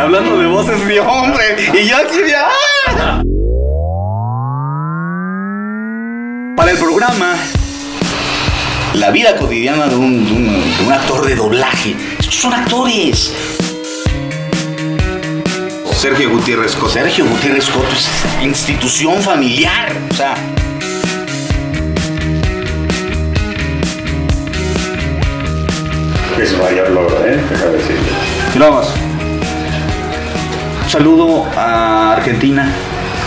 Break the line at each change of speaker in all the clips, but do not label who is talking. hablando de voces de hombre. Y yo aquí de. ¡ah! Para el programa. La vida cotidiana de un, de un- de un actor de doblaje. Estos son actores.
Sergio Gutiérrez Costa.
Sergio Gutiérrez Coto es institución familiar. O sea,
Es mayor logro, ¿eh? Déjame decirlo.
Vamos. Saludo a Argentina,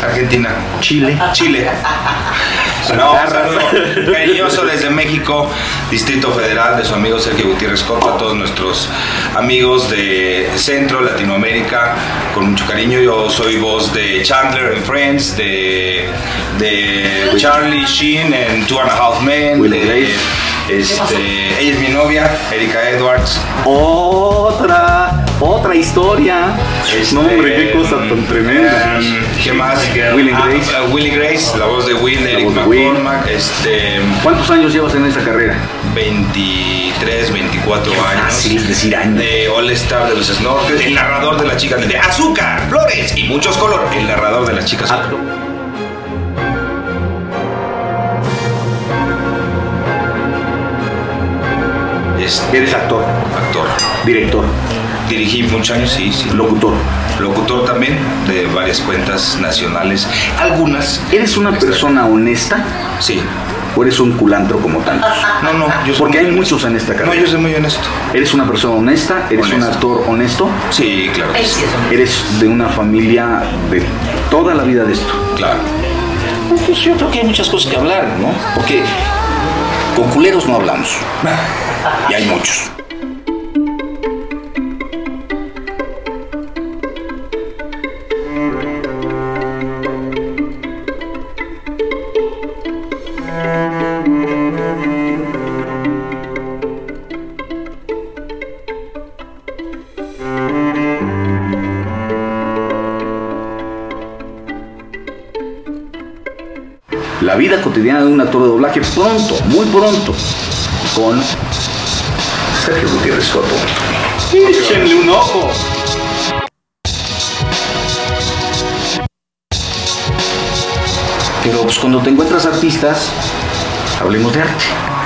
Argentina.
Chile.
Chile. No, un saludo cariñoso desde México, Distrito Federal, de su amigo Sergio Gutiérrez Copa, a todos nuestros amigos de Centro, Latinoamérica, con mucho cariño. Yo soy voz de Chandler en Friends, de, de Charlie Sheen en Two and a Half Men,
Will
de,
Grace.
este, ella es mi novia, Erika Edwards.
Otra, otra historia.
Este, mm,
no, hombre, qué cosa tan tremenda.
em, ¿Qué más?
Will and
Ah,
Grace.
eh, Will and Grace, la voz de Will, de Eric
voz de Will.
McCormack, este,
¿Cuántos años llevas en esa carrera?
23, 24 años.
es decir años.
De All Star de los Snorkels, el narrador de las chicas de azúcar, flores y muchos colores. El narrador de las chicas.
Ah,
Es
Eres actor,
actor.
director,
Dirigí muchos años, sí, sí.
locutor.
Locutor también de varias cuentas nacionales. Algunas.
¿Eres una persona honesta
Sí.
o eres un culantro como tantos?
No, no, yo soy
Porque
muy
hay
honesto.
muchos en esta
No,
carrera.
yo soy muy honesto.
¿Eres una persona honesta? ¿Eres un
Honesto.
actor honesto?
Sí, claro. que sí.
¿Eres de una familia de toda la vida de esto?
Claro.
Pues yo creo que hay muchas cosas que hablar, ¿no? Porque con culeros no hablamos. Y hay muchos. La vida cotidiana de un actor de doblaje pronto, muy pronto, con Sergio Gutiérrez Coto. Échenle un ojo. Pero pues cuando te encuentras artistas, hablemos de arte.